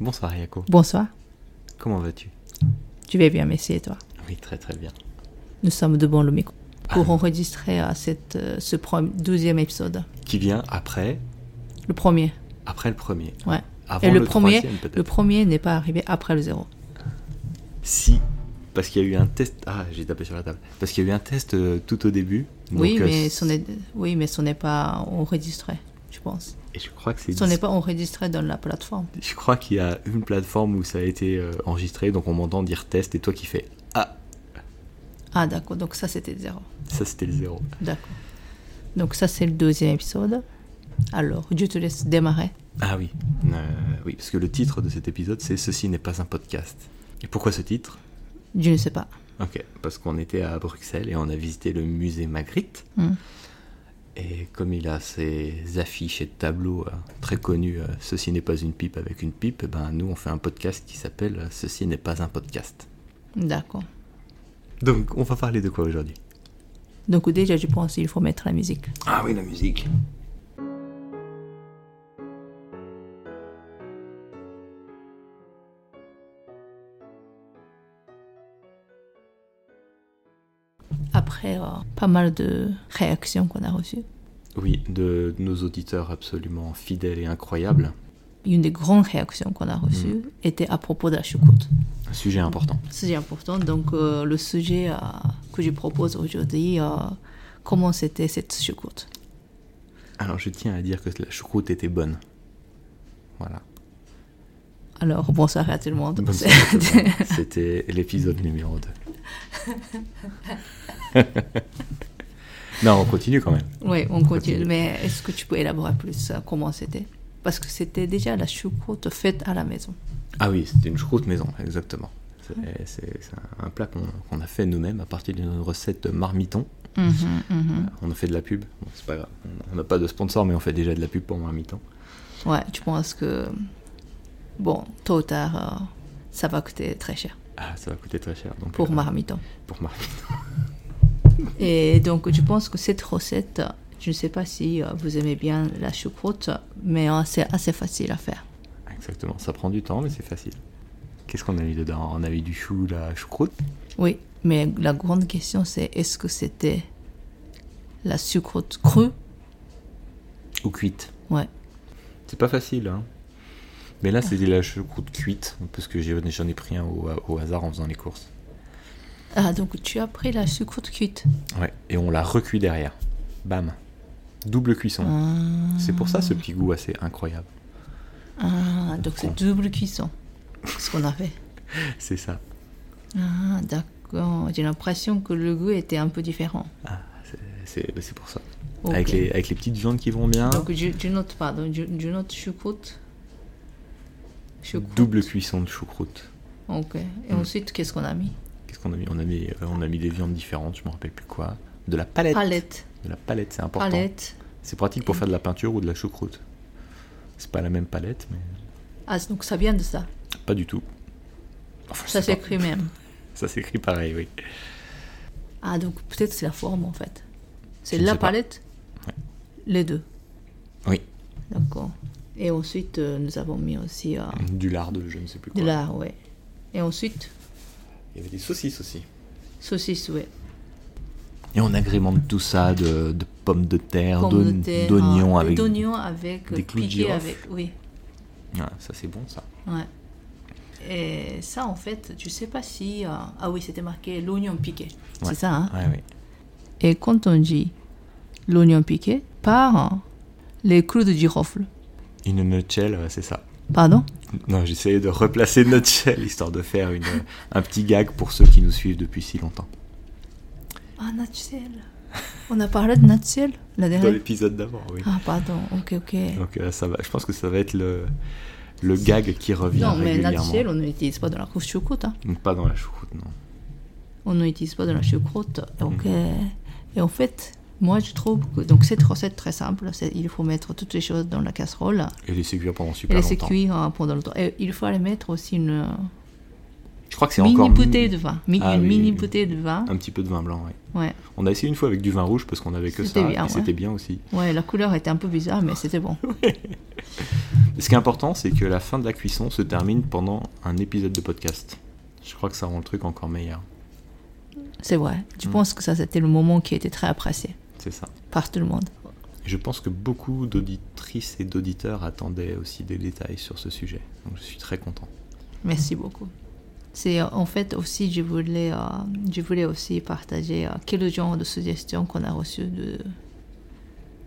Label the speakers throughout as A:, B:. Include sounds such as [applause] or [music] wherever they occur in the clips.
A: Bonsoir Yako,
B: Bonsoir.
A: comment vas-tu
B: Tu vas bien, merci et toi.
A: Oui, très très bien.
B: Nous sommes de bon le micro
A: Ah.
B: pour enregistrer euh, cette, euh, ce premier- deuxième épisode.
A: Qui vient après
B: Le premier,
A: Après le premier.
B: ouais.
A: Avant
B: et
A: le,
B: le, premier,
A: troisième peut-être
B: le premier n'est pas arrivé après le zéro.
A: Si, parce qu'il y a eu un test... Ah, j'ai tapé sur la table. Parce qu'il y a eu un test euh, tout au début.
B: oui,
A: donc, euh,
B: mais ce n'est, oui, mais ce n'est pas enregistré, je pense.
A: Et je crois que c'est...
B: Ce n'est pas enregistré dans la plateforme.
A: Je crois qu'il y a une plateforme où ça a été euh, enregistré, donc on m'entend dire test, et toi qui fais... Ah,
B: Ah d'accord, donc ça c'était le zéro.
A: ça c'était le zéro.
B: D'accord. Donc ça c'est le deuxième épisode. Alors, je te laisse démarrer.
A: Ah oui. Euh, oui, parce que le titre de cet épisode, c'est Ceci n'est pas un podcast. Et pourquoi ce titre
B: Je ne sais pas.
A: Ok, parce qu'on était à Bruxelles et on a visité le musée Magritte.
B: Hmm.
A: Et comme il a ses affiches et tableaux euh, très connus, euh, Ceci n'est pas une pipe avec une pipe, eh ben nous on fait un podcast qui s'appelle euh, Ceci n'est pas un podcast.
B: D'accord.
A: Donc on va parler de quoi aujourd'hui
B: Donc déjà, je pense qu'il faut mettre la musique.
A: Ah oui, la musique.
B: après euh, pas mal de réactions qu'on a reçues.
A: Oui, de nos auditeurs absolument fidèles et incroyables.
B: Une des grandes réactions qu'on a reçues était à propos de la choucroute.
A: Un sujet important.
B: Sujet important, donc euh, le sujet euh, que je propose aujourd'hui, euh, comment c'était cette choucroute
A: Alors je tiens à dire que la choucroute était bonne. Voilà.
B: Alors, bonsoir à tout le monde.
A: Bonne
B: C'est-
A: soirée tout [laughs] le monde. C'était l'épisode numéro [laughs] 2. non, on continue quand même.
B: [laughs] oui, on continue,
A: Continue.
B: mais est-ce que tu peux élaborer plus euh, comment c'était Parce que c'était déjà la choucroute faite à la maison.
A: Ah oui, c'était une choucroute maison, exactement. C'est- C'est c'est un plat qu'on qu'on a fait nous-mêmes à partir d'une recette marmiton. Euh, On a fait de la pub, Bon, c'est pas grave. On n'a pas de sponsor, mais on fait déjà de la pub pour marmiton.
B: Ouais, tu penses que, bon, tôt ou tard, euh, ça va coûter très cher
A: Ah, ça va coûter très cher. Donc,
B: pour
A: euh,
B: Marmiton.
A: Pour marmiton. [laughs]
B: Et donc, je pense que cette recette, je ne sais pas si euh, vous aimez bien la choucroute, mais euh, c'est assez facile à faire.
A: Ah, Exactement, ça prend du temps, mais c'est facile. Qu'est-ce qu'on a mis dedans On a mis du chou, la choucroute.
B: Oui, mais la grande question, c'est est-ce que c'était la choucroute crue
A: Ou cuite
B: Ouais.
A: C'est pas facile, hein. Mais là, c'était la choucroute cuite, parce que j'ai- j'en ai pris un au, au hasard en faisant les courses.
B: Ah, donc tu as pris la choucroute cuite.
A: Ouais, et on la recuit derrière. Bam. Double cuisson.
B: Ah,
A: C'est pour ça ce petit goût assez incroyable.
B: ah, donc c'est double cuisson, ce qu'on a fait.
A: C'est ça.
B: Ah, d'accord. J'ai l'impression que le goût était un peu différent.
A: Ah, c'est- c'est c'est pour ça.
B: Ok.
A: Avec, les, avec les petites viandes qui vont bien.
B: Donc je, je note, pardon, je, je note choucroute. Choucroute.
A: Double cuisson de choucroute.
B: Ok. Et
A: Mm.
B: ensuite, qu'est-ce qu'on a mis
A: Qu'est-ce qu'on a mis on a mis, euh, on a mis des viandes différentes, je me rappelle plus quoi. De la palette.
B: Palette.
A: De la palette, c'est important.
B: Palette.
A: C'est pratique pour faire de la peinture ou de la choucroute. C'est pas la même palette, mais
B: Ah, donc ça vient de ça.
A: pas du tout. Enfin, je
B: Ça
A: sais pas.
B: s'écrit même.
A: Ça s'écrit pareil, oui.
B: Ah, donc peut-être c'est la forme en fait. C'est
A: Je ne
B: la
A: sais pas.
B: palette Les deux.
A: Oui.
B: D'accord. Et ensuite, euh, nous avons mis aussi euh,
A: Du lard, de je ne sais plus
B: de
A: quoi.
B: l'art, ouais. Et ensuite,
A: Il y avait des saucisses aussi.
B: saucisse, ouais.
A: Et on agrémente tout ça de, de pommes de terre,
B: Pommes
A: d'oign-
B: de terre,
A: d'oignons
B: euh,
A: avec.
B: d'oignons avec, euh,
A: des clous de
B: piqués
A: girofle.
B: avec, oui.
A: Ah, ça c'est bon ça.
B: Ouais. Et ça, en fait, je sais pas si. euh, Ah oui, c'était marqué l'oignon piqué.
A: Ouais.
B: C'est ça, hein
A: Ouais, ouais.
B: Et quand on dit l'oignon piqué, par les clous de girofle.
A: Une nutshell, ouais, c'est ça.
B: Pardon
A: Non, j'essayais de replacer nutshell [laughs] histoire de faire une, un petit gag pour ceux qui nous suivent depuis si longtemps.
B: Ah, Natchel. On a parlé de Natchel la
A: Dans
B: dernière
A: l'épisode d'avant, oui.
B: Ah, pardon, ok, ok.
A: Donc euh, ça va, je pense que ça va être le, le gag qui revient
B: Non, mais
A: régulièrement.
B: Natchel, on n'utilise pas dans la choucroute. Hein.
A: Donc, pas dans la choucroute, non.
B: On n'utilise pas dans la choucroute. Donc,
A: Mhm.
B: euh, Et en fait, moi, je trouve que donc, cette recette très simple, c'est il faut mettre toutes les choses dans la casserole
A: Et les cuire pendant
B: et
A: super
B: laisser
A: longtemps.
B: cuire euh, pendant longtemps. Et il faut aller mettre aussi une euh,
A: Je crois que c'est
B: mini
A: encore
B: bouteille de vin. Mi-
A: Ah
B: une
A: oui,
B: mini
A: oui.
B: bouteille de vin.
A: un petit peu de vin blanc, oui.
B: Ouais.
A: On a essayé une fois avec du vin rouge parce qu'on avait que
B: C'était
A: ça
B: bien,
A: et
B: ouais.
A: c'était bien aussi.
B: ouais, la couleur était un peu bizarre, mais c'était bon.
A: Ce qui est important, c'est que la fin de la cuisson se termine pendant un épisode de podcast. Je crois que ça rend le truc encore meilleur.
B: C'est vrai. Tu
A: Mm.
B: penses que ça, c'était le moment qui était très apprécié
A: C'est ça.
B: par tout le monde.
A: Je pense que beaucoup d'auditrices et d'auditeurs attendaient aussi des détails sur ce sujet. Donc je suis très content.
B: Merci beaucoup. C'est euh, en fait aussi, je voulais, euh, je voulais aussi partager euh, quel genre de suggestions qu'on a reçues de,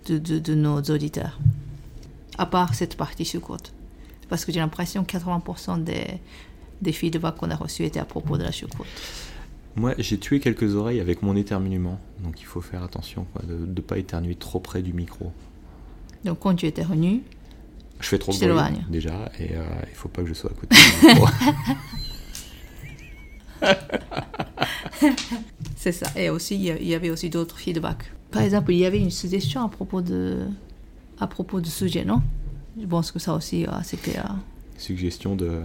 B: de, de, de nos auditeurs, à part cette partie choucroute. Parce que j'ai l'impression que 80% des, des feedbacks qu'on a reçus étaient à propos de la choucroute.
A: Moi, j'ai tué quelques oreilles avec mon éternuement, donc il faut faire attention quoi, de ne pas éternuer trop près du micro.
B: Donc quand tu étais revenu,
A: Je fais trop
B: Tu
A: de bruit
B: t'éloignes.
A: déjà, et euh, il faut pas que je sois à côté du
B: [laughs]
A: micro. [laughs]
B: c'est ça. Et aussi, il y a- il y avait aussi d'autres feedbacks. Par exemple, il y avait une suggestion à propos de, à propos du sujet, non Je pense que ça aussi, euh, c'était... euh,
A: Suggestion de.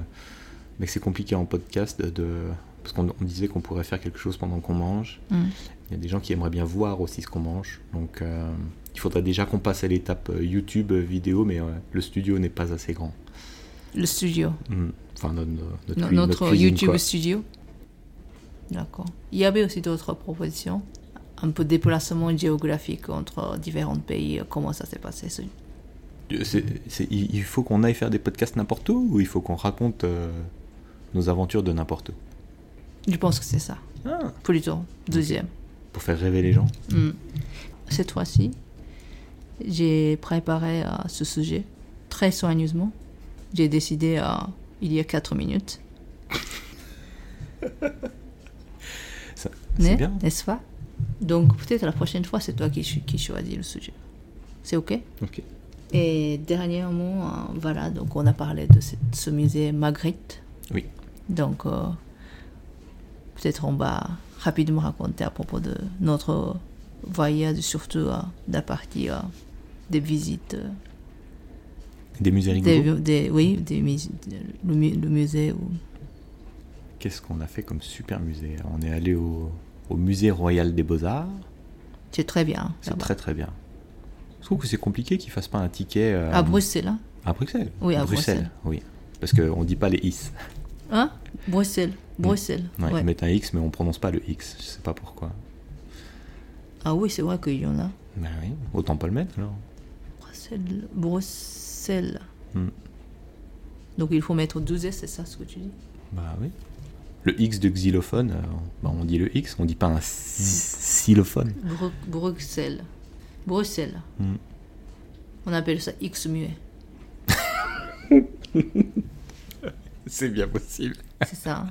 A: Mais c'est compliqué en podcast de. de- Parce qu'on on disait qu'on pourrait faire quelque chose pendant qu'on mange.
B: hmm.
A: Il y a des gens qui aimeraient bien voir aussi ce qu'on mange. Donc euh, il faudra déjà qu'on passe à l'étape euh, YouTube, euh, vidéo, mais euh, le studio n'est pas assez grand.
B: le studio.
A: Hmm. Enfin, notre, notre, notre
B: No-
A: cui- notre
B: notre
A: cuisine,
B: YouTube
A: quoi.
B: studio. D'accord. Il y avait aussi d'autres propositions, un peu de déplacement géographique entre différents pays, euh, comment ça s'est passé. ce-
A: Euh, C'est- c'est- il il faut qu'on aille faire des podcasts n'importe où ou il faut qu'on raconte euh, nos aventures de n'importe où
B: Je pense que c'est ça.
A: Ah,
B: Plutôt, deuxième.
A: Pour faire rêver les gens
B: Mm. Cette fois-ci, j'ai préparé euh, ce sujet très soigneusement. J'ai décidé euh, il y a 4 minutes,
A: Ça- C'est
B: n'est-
A: bien
B: n'est-ce pas Donc peut-être la prochaine fois, c'est toi qui, cho- qui choisis le sujet. C'est OK
A: Ok.
B: Et dernièrement, euh, voilà, donc on a parlé de cette- ce musée Magritte.
A: Oui.
B: Donc, euh, peut-être on va rapidement raconter à propos de notre voyage, surtout euh, de la partie euh, des visites. euh,
A: Des musées rigolos
B: des, des- oui,
A: Mm.
B: des mus- de- le, mu- le musée. où-
A: Qu'est-ce qu'on a fait comme super musée On est allé au, au musée royal des beaux-arts.
B: C'est très bien.
A: C'est
B: là-bas.
A: très très bien. Je trouve que c'est compliqué qu'ils fassent pas un ticket euh,
B: À Bruxelles, hein,
A: à Bruxelles.
B: Oui, à Bruxelles.
A: Oui. Parce qu'on dit pas les is.
B: Hein Bruxelles. Bruxelles.
A: Mm. Ouais,
B: ouais.
A: Ils mettent un X, mais on prononce pas le X. Je sais pas pourquoi.
B: Ah oui, c'est vrai qu'il y en a.
A: Ben oui, autant pas le mettre alors.
B: Bruxelles. Bruxelles.
A: Hmm.
B: Donc il faut mettre 12 S, c'est ça ce que tu dis
A: Bah oui. Le X de xylophone, euh, bah, on dit le X, on dit pas un Hmm. xylophone.
B: Bru- Bruxelles. Bruxelles.
A: Mm.
B: On appelle ça X muet.
A: C'est bien possible.
B: C'est ça.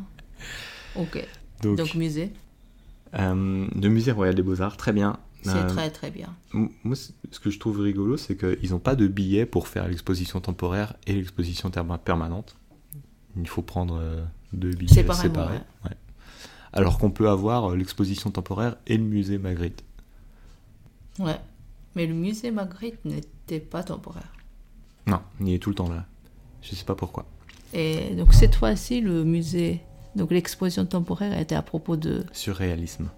A: [laughs]
B: hein ok.
A: Donc,
B: Donc, musée,
A: euh, le musée royal des beaux-arts, très bien.
B: c'est
A: Euh,
B: très très bien.
A: m- Moi, c- ce que je trouve rigolo, c'est qu'ils n'ont pas de billets pour faire l'exposition temporaire et l'exposition terma- permanente. Il faut prendre euh, deux billets
B: Séparément,
A: séparés. Ouais. Alors qu'on peut avoir euh, l'exposition temporaire et le musée Magritte.
B: Ouais. Mais le musée Magritte n'était pas temporaire.
A: Non, il est tout le temps là. Je sais pas pourquoi.
B: Et donc cette fois-ci, le musée, donc l'exposition temporaire était à propos de.
A: Surréalisme.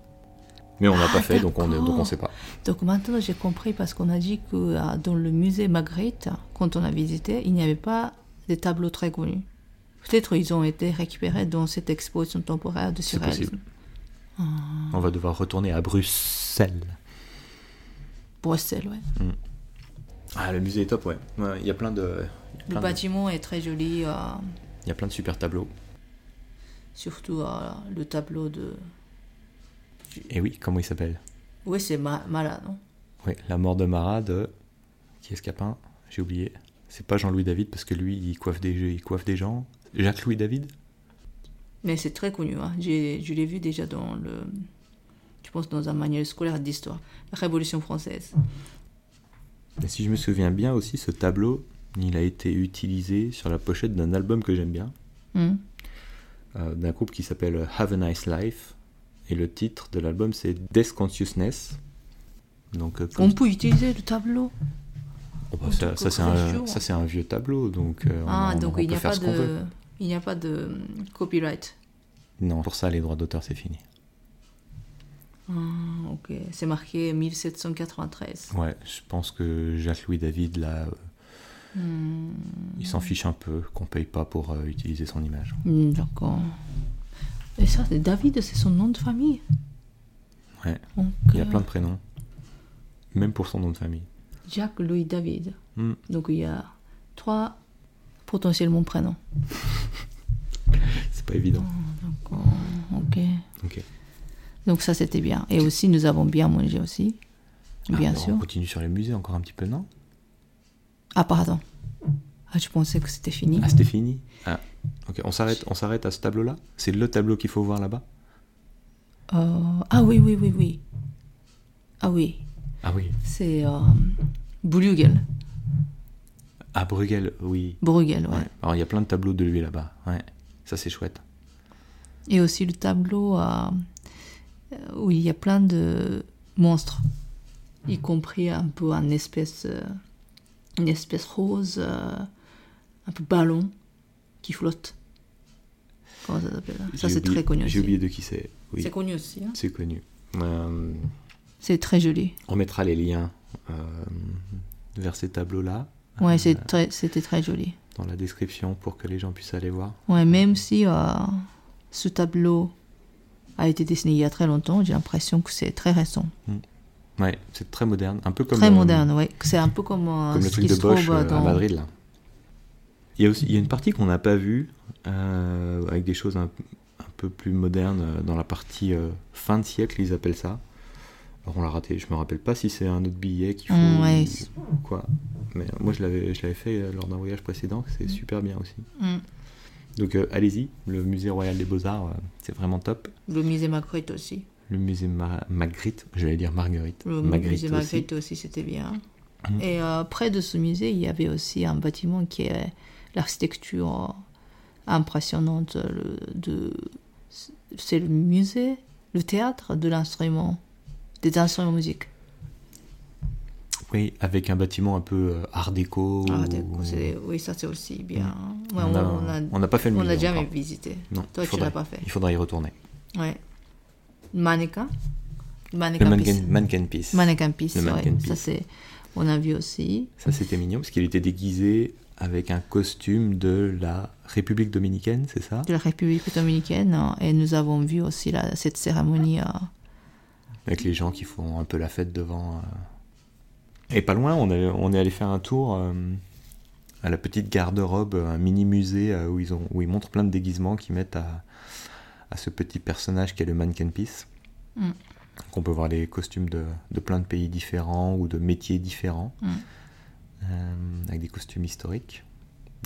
A: Mais on n'a
B: Ah,
A: pas fait, donc on ne
B: d'accord.
A: sait pas.
B: Donc maintenant j'ai compris parce qu'on a dit que ah, dans le musée Magritte, quand on a visité, il n'y avait pas des tableaux très connus. Peut-être ils ont été récupérés dans cette exposition temporaire de
A: C'est
B: surréalisme.
A: possible. On va devoir retourner à Bruxelles.
B: Bruxelles, ouais.
A: Ah, le musée est top, ouais. Ouais, Il y a plein de. il y a
B: Le
A: plein de-
B: bâtiment est très joli, euh,
A: il y a plein de super tableaux.
B: surtout euh, le tableau de.
A: Et oui, comment il s'appelle
B: Oui, c'est Ma- Marat, non
A: Oui, La mort de Marat de. Qui est-ce qui a peint J'ai oublié. C'est pas Jean-Louis David parce que lui, il coiffe des jeux, il coiffe des gens. Jacques-Louis David
B: Mais c'est très connu, hein. J'ai- je l'ai vu déjà dans le. Je pense dans un manuel scolaire d'histoire. La Révolution française.
A: Et si je me souviens bien aussi, ce tableau, il a été utilisé sur la pochette d'un album que j'aime bien,
B: Hmm.
A: euh, d'un groupe qui s'appelle Have a Nice Life. Et le titre de l'album, c'est Death Consciousness. Donc, euh, comme
B: On peut utiliser le tableau.
A: Oh bah
B: En
A: ça,
B: tant
A: ça,
B: que
A: c'est un,
B: religion.
A: ça, c'est un vieux tableau, donc euh, on-
B: euh, hein. ah,
A: on,
B: donc
A: on
B: il
A: peut
B: n'y a
A: faire
B: pas
A: ce qu'on veut.
B: de. Il n'y a pas de hum, copyright.
A: Non, pour ça, les droits d'auteur, c'est fini.
B: Ah, ok. C'est marqué 1793.
A: Ouais, je pense que Jacques-Louis David l'a euh,
B: Hmm.
A: Ils s'en fichent un peu qu'on paye pas pour euh, utiliser son image.
B: Hmm, D'accord. Et ça, c'est David, c'est son nom de famille.
A: Ouais.
B: Donc,
A: Il a
B: euh,
A: plein de prénoms. Même pour son nom de famille.
B: Jacques, Louis, David.
A: Hmm.
B: Donc il y a trois potentiellement prénoms.
A: C'est pas évident.
B: Hmm. Donc, euh, ok.
A: Ok.
B: Donc ça, c'était bien. Et aussi, nous avons bien mangé aussi.
A: Ah,
B: Bien
A: bah,
B: sûr.
A: On continue sur les musées encore un petit peu, non
B: Ah, pardon. Ah, je pensais que c'était fini.
A: Ah, c'était fini Ah, ok. On s'arrête, on s'arrête à ce tableau-là C'est le tableau qu'il faut voir là-bas
B: Euh, ah oui, oui, oui, oui. Ah oui,
A: Ah oui.
B: c'est euh, Bruegel.
A: À Bruegel, oui.
B: Bruegel, ouais.
A: Ouais. Alors, il y a plein de tableaux de lui là-bas. Ouais. Ça, c'est chouette.
B: Et aussi le tableau euh, où il y a plein de monstres, y compris un peu un espèce, euh, une espèce rose, euh, un peu ballon qui flotte. Comment ça s'appelle hein Ça,
A: J'ai
B: c'est
A: oublié-
B: très connu
A: J'ai
B: aussi.
A: oublié de qui c'est. Oui,
B: C'est connu aussi. hein.
A: c'est connu. Euh,
B: C'est très joli.
A: on mettra les liens euh, vers ces tableaux-là
B: Ouais, c'est
A: Ah.
B: très- c'était très joli.
A: dans la description pour que les gens puissent aller voir.
B: Ouais, même si euh, ce tableau a été dessiné il y a très longtemps, j'ai l'impression que c'est très récent.
A: Ouais, c'est très moderne, un peu comme euh,
B: très moderne, ouais. C'est un peu comme, euh,
A: comme
B: ce
A: le truc
B: qui
A: de
B: se trouve
A: Bosch euh,
B: dans...
A: à Madrid là. Il y a aussi il y a une partie qu'on n'a pas vue euh, avec des choses un, un peu plus modernes euh, dans la partie euh, fin de siècle, ils appellent ça. Alors on l'a raté, je me rappelle pas si c'est un autre billet qu'il faut
B: Mm, ouais.
A: ou quoi. Mais euh, moi je l'avais je l'avais fait euh, lors d'un voyage précédent, c'est super bien aussi.
B: Mm.
A: Donc euh, allez-y, le musée royal des Beaux-Arts, euh, c'est vraiment top.
B: Le musée Magritte aussi.
A: Le musée Ma- Magritte, j'allais dire Marguerite.
B: Le
A: Magritte
B: musée
A: aussi. Mm.
B: Magritte aussi, c'était bien. Et euh, près de ce musée, il y avait aussi un bâtiment qui est l'architecture euh, impressionnante. euh, le- de... C'est le musée, le théâtre de l'instrument, des instruments de musique.
A: Oui, avec un bâtiment un peu euh, art déco.
B: Ah,
A: ou-
B: d'accord, c'est- oui, ça c'est aussi bien. Ouais,
A: on
B: on,
A: n'a
B: on a-
A: pas fait le
B: on
A: musée
B: n'a jamais
A: encore.
B: visité.
A: Non, il
B: Toi, tu
A: faudrait-
B: l'as pas fait.
A: Il faudra y retourner.
B: Ouais. Mannequin.
A: Le
B: Mannequin
A: mannequin,
B: Piece.
A: mannequin piece.
B: Mannequin Piece,
A: Le
B: ouais,
A: Mannequin
B: Ça
A: Piece.
B: c'est, on a vu aussi.
A: Ça, c'était mignon parce qu'il était déguisé avec un costume de la République dominicaine, c'est ça
B: de la République dominicaine hein, et nous avons vu aussi la- cette cérémonie. euh,
A: Avec les gens qui font un peu la fête devant. euh. Et pas loin, on, est- on est allé faire un tour euh, à la petite garde-robe, un mini-musée euh, où, ils ont- où ils montrent plein de déguisements qu'ils mettent à, à ce petit personnage qui est le mannequin piece.
B: Mm.
A: Qu'on peut voir les costumes de, de plein de pays différents ou de métiers différents,
B: Mm.
A: euh, avec des costumes historiques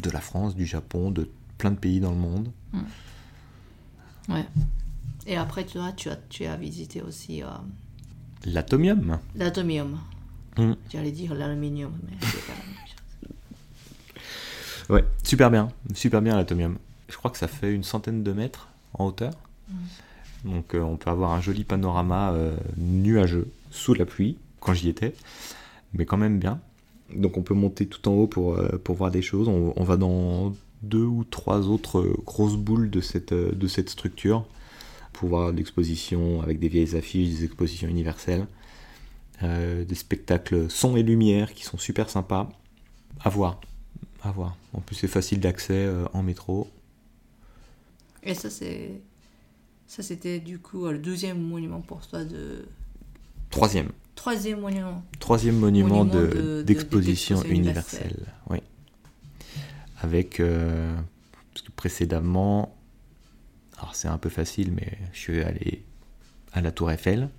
A: de la France, du Japon, de plein de pays dans le monde.
B: ouais. Et après, tu as, tu as, tu as visité aussi euh,
A: L'atomium
B: l'atomium.
A: Mm.
B: J'allais dire l'aluminium, mais c'est pas la
A: [laughs]
B: même chose.
A: Ouais, super bien, super bien l'atomium. Je crois que ça fait une centaine de mètres en hauteur. Donc euh, on peut avoir un joli panorama euh, nuageux sous la pluie, quand j'y étais, mais quand même bien. Donc on peut monter tout en haut pour, euh, pour voir des choses. On, on va dans deux ou trois autres euh, grosses boules de cette, euh, de cette structure pour voir l'exposition avec des vieilles affiches, des expositions universelles, euh, des spectacles son et lumière qui sont super sympas à voir. À voir. En plus, c'est facile d'accès euh, en métro.
B: Et ça, c'est. Ça, c'était du coup euh, le deuxième monument pour toi de.
A: Troisième.
B: Troisième monument.
A: Troisième monument,
B: Monument
A: de-
B: de- de-
A: d'exposition
B: d'exposition
A: universelle. Oui. Avec. euh, parce que précédemment. Alors, c'est un peu facile, mais je suis allé à la Tour Eiffel.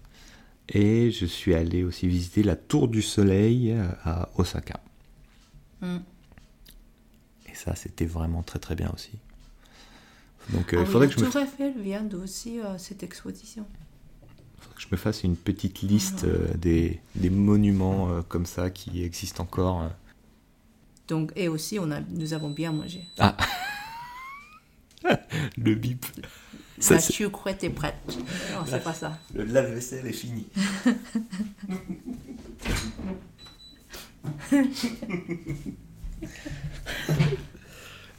A: Et je suis allé aussi visiter la Tour du Soleil euh, à Osaka.
B: Mm.
A: Et ça, c'était vraiment très très bien aussi. Donc, euh,
B: Ah
A: il
B: oui,
A: faudrait
B: la
A: que je me
B: Tour Eiffel vient de aussi euh, cette exposition.
A: Faudrait que je me fasse une petite liste euh, des, des monuments euh, comme ça qui existent encore. euh.
B: Donc, et aussi, on a, nous avons bien mangé.
A: Le bip. Ça,
B: La
A: c'est-
B: choucroute est prête. Non, c'est pas ça.
A: Le lave-vaisselle est fini.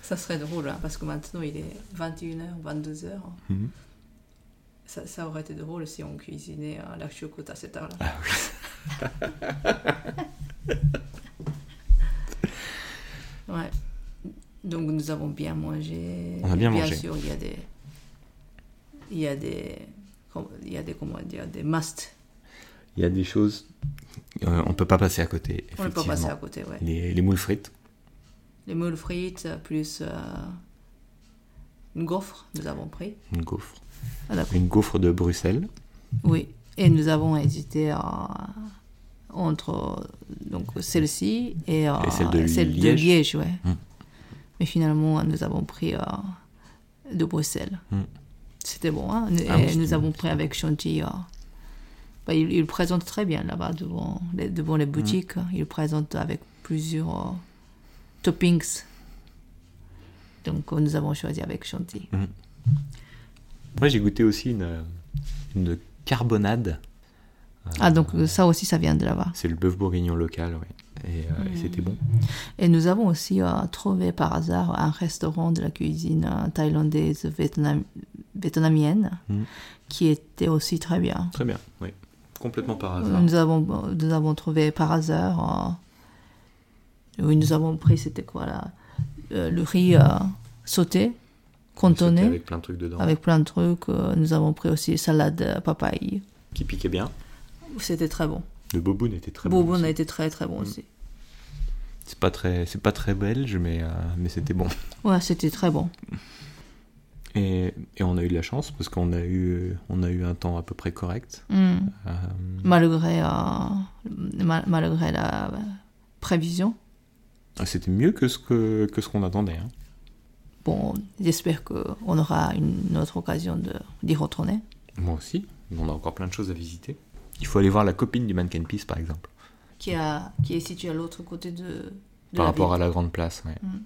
B: Ça serait drôle, hein, parce que maintenant il est 21h, 22h.
A: Mhm.
B: Ça, ça aurait été drôle si on cuisinait hein, la choucroute à cette heure-là.
A: Ah
B: [laughs] Ouais. Donc nous avons bien mangé.
A: On a bien mangé.
B: Bien sûr, il y a des, il y a des, com- il y a des comment dire, des must.
A: Il y a des choses. euh, on peut pas passer à côté.
B: On ne peut
A: effectivement.
B: passer à côté, ouais.
A: Les, les moules frites.
B: Les moules frites euh, plus euh, une gaufre, nous avons pris.
A: Une gaufre.
B: Ah, d'accord.
A: Une gaufre de Bruxelles.
B: Oui, et nous avons hésité euh, entre donc celle-ci et, euh,
A: Et celle de Liège.
B: ouais.
A: Mm.
B: Mais finalement, nous avons pris euh, de Bruxelles.
A: Mm.
B: C'était bon, hein.
A: Ah
B: et
A: oui,
B: nous
A: c'était
B: avons pris avec Chantilly. euh, bah, il, il présente très bien là-bas devant les, devant
A: Hmm.
B: les boutiques. Il présente avec plusieurs euh, toppings. Donc euh, nous avons choisi avec Chantilly.
A: Moi, j'ai goûté aussi une, euh, une carbonade.
B: Ah donc euh, ça aussi ça vient de là-bas.
A: C'est le bœuf bourguignon local, oui. Et, euh,
B: Mmh.
A: et c'était bon.
B: Et nous avons aussi euh, trouvé par hasard un restaurant de la cuisine euh, thaïlandaise vietnam- vietnamienne
A: Mm.
B: qui était aussi très bien.
A: Très bien, oui. Complètement par hasard.
B: Nous avons, nous avons trouvé par hasard, euh, oui, nous avons pris, c'était quoi là Euh, Le riz euh, sauté,
A: Sauté
B: cantonné, avec...
A: Avec plein de trucs dedans
B: plein de trucs. Euh, nous avons pris aussi salade euh, papaye.
A: qui piquaient bien.
B: C'était très bon.
A: Le boboon était très bon.
B: Bourbon
A: aussi. Hmm.
B: a été très très bon aussi.
A: C'est pas très, c'est pas très belge, mais euh, mais c'était bon.
B: Ouais, c'était très bon.
A: [laughs] Et, et on a eu de la chance parce qu'on a eu on a eu un temps à peu près correct.
B: Mm.
A: Euh,
B: malgré, euh, mal- malgré la euh, prévision.
A: c'était mieux que ce que, que ce qu'on attendait. hein.
B: Bon, j'espère qu'on aura une autre occasion de- d'y retourner.
A: Moi aussi. On a encore plein de choses à visiter. Il faut aller voir la copine du Mannequin Peace par exemple,
B: Qui, a, qui est situé à l'autre côté de, de
A: par
B: la
A: rapport
B: ville.
A: à la grande place. ouais.
B: Mm.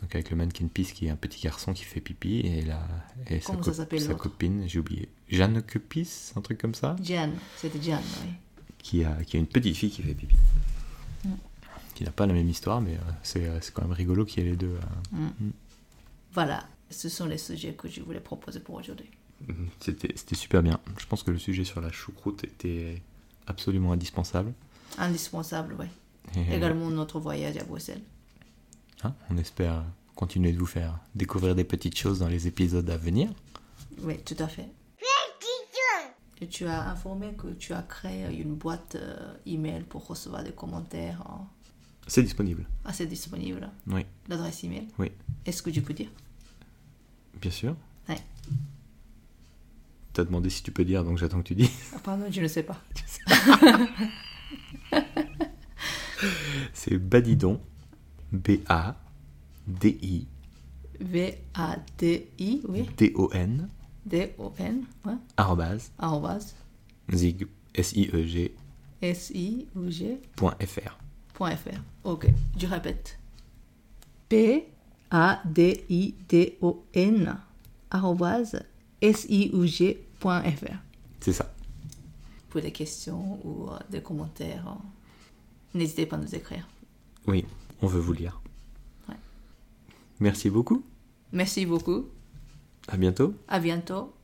A: Donc avec le Mannequin Peace qui est un petit garçon qui fait pipi et la et sa,
B: Comment ça s'appelle,
A: sa
B: l'autre
A: copine, j'ai oublié, Jeanne Peace, un truc comme ça,
B: Jeanne, c'était Jeanne, oui.
A: qui a qui a une petite fille qui fait pipi. Qui n'a pas la même histoire, mais euh, c'est euh, c'est quand même rigolo qu'il y ait les deux. euh,
B: Voilà, ce sont les sujets que je voulais proposer pour aujourd'hui.
A: Mhm. C'était c'était super bien. Je pense que le sujet sur la choucroute était absolument indispensable.
B: Indispensable, oui.
A: Et, euh,
B: Également notre voyage à Bruxelles.
A: hein, on espère continuer de vous faire découvrir des petites choses dans les épisodes à venir.
B: Oui, tout à fait. Et tu as informé que tu as créé une boîte euh, email pour recevoir des commentaires hein,
A: C'est disponible.
B: assez disponibles.
A: Oui,
B: l'adresse email.
A: oui,
B: Est-ce que je peux dire
A: bien sûr.
B: Ouais.
A: T'as demandé si tu peux dire, donc j'attends que tu dises.
B: Ah, Pardon, je ne sais pas.
A: [laughs] C'est Badidon, B-A-D-I-D-O-N,
B: V-A-D-I, oui. D-O-N, ouais.
A: arrobase,
B: Arrobase,
A: zig, E S-I-E-G.fr.
B: S-I-O-G, point fr. Ok, je répète. P-A-D-I-D-O-N, arrobase, S-I-O-G, point fr.
A: C'est ça.
B: Pour des questions ou euh, des commentaires, euh, n'hésitez pas à nous écrire.
A: Oui, on veut vous lire.
B: Ouais.
A: Merci beaucoup.
B: Merci beaucoup.
A: À bientôt.
B: À bientôt.